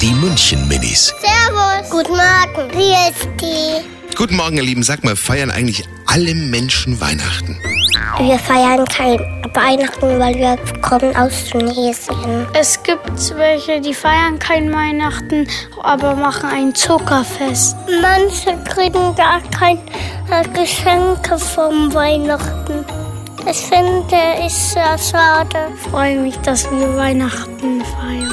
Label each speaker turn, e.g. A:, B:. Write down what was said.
A: Die München Minis.
B: Servus. Guten Morgen. Wie ist die?
C: Guten Morgen, ihr Lieben. Sag mal, feiern eigentlich alle Menschen Weihnachten?
B: Wir feiern kein Weihnachten, weil wir kommen aus Tunesien.
D: Es gibt welche, die feiern kein Weihnachten, aber machen ein Zuckerfest.
B: Manche kriegen gar keine Geschenke vom Weihnachten. Ich finde es sehr schade.
D: Ich freue mich, dass wir Weihnachten feiern.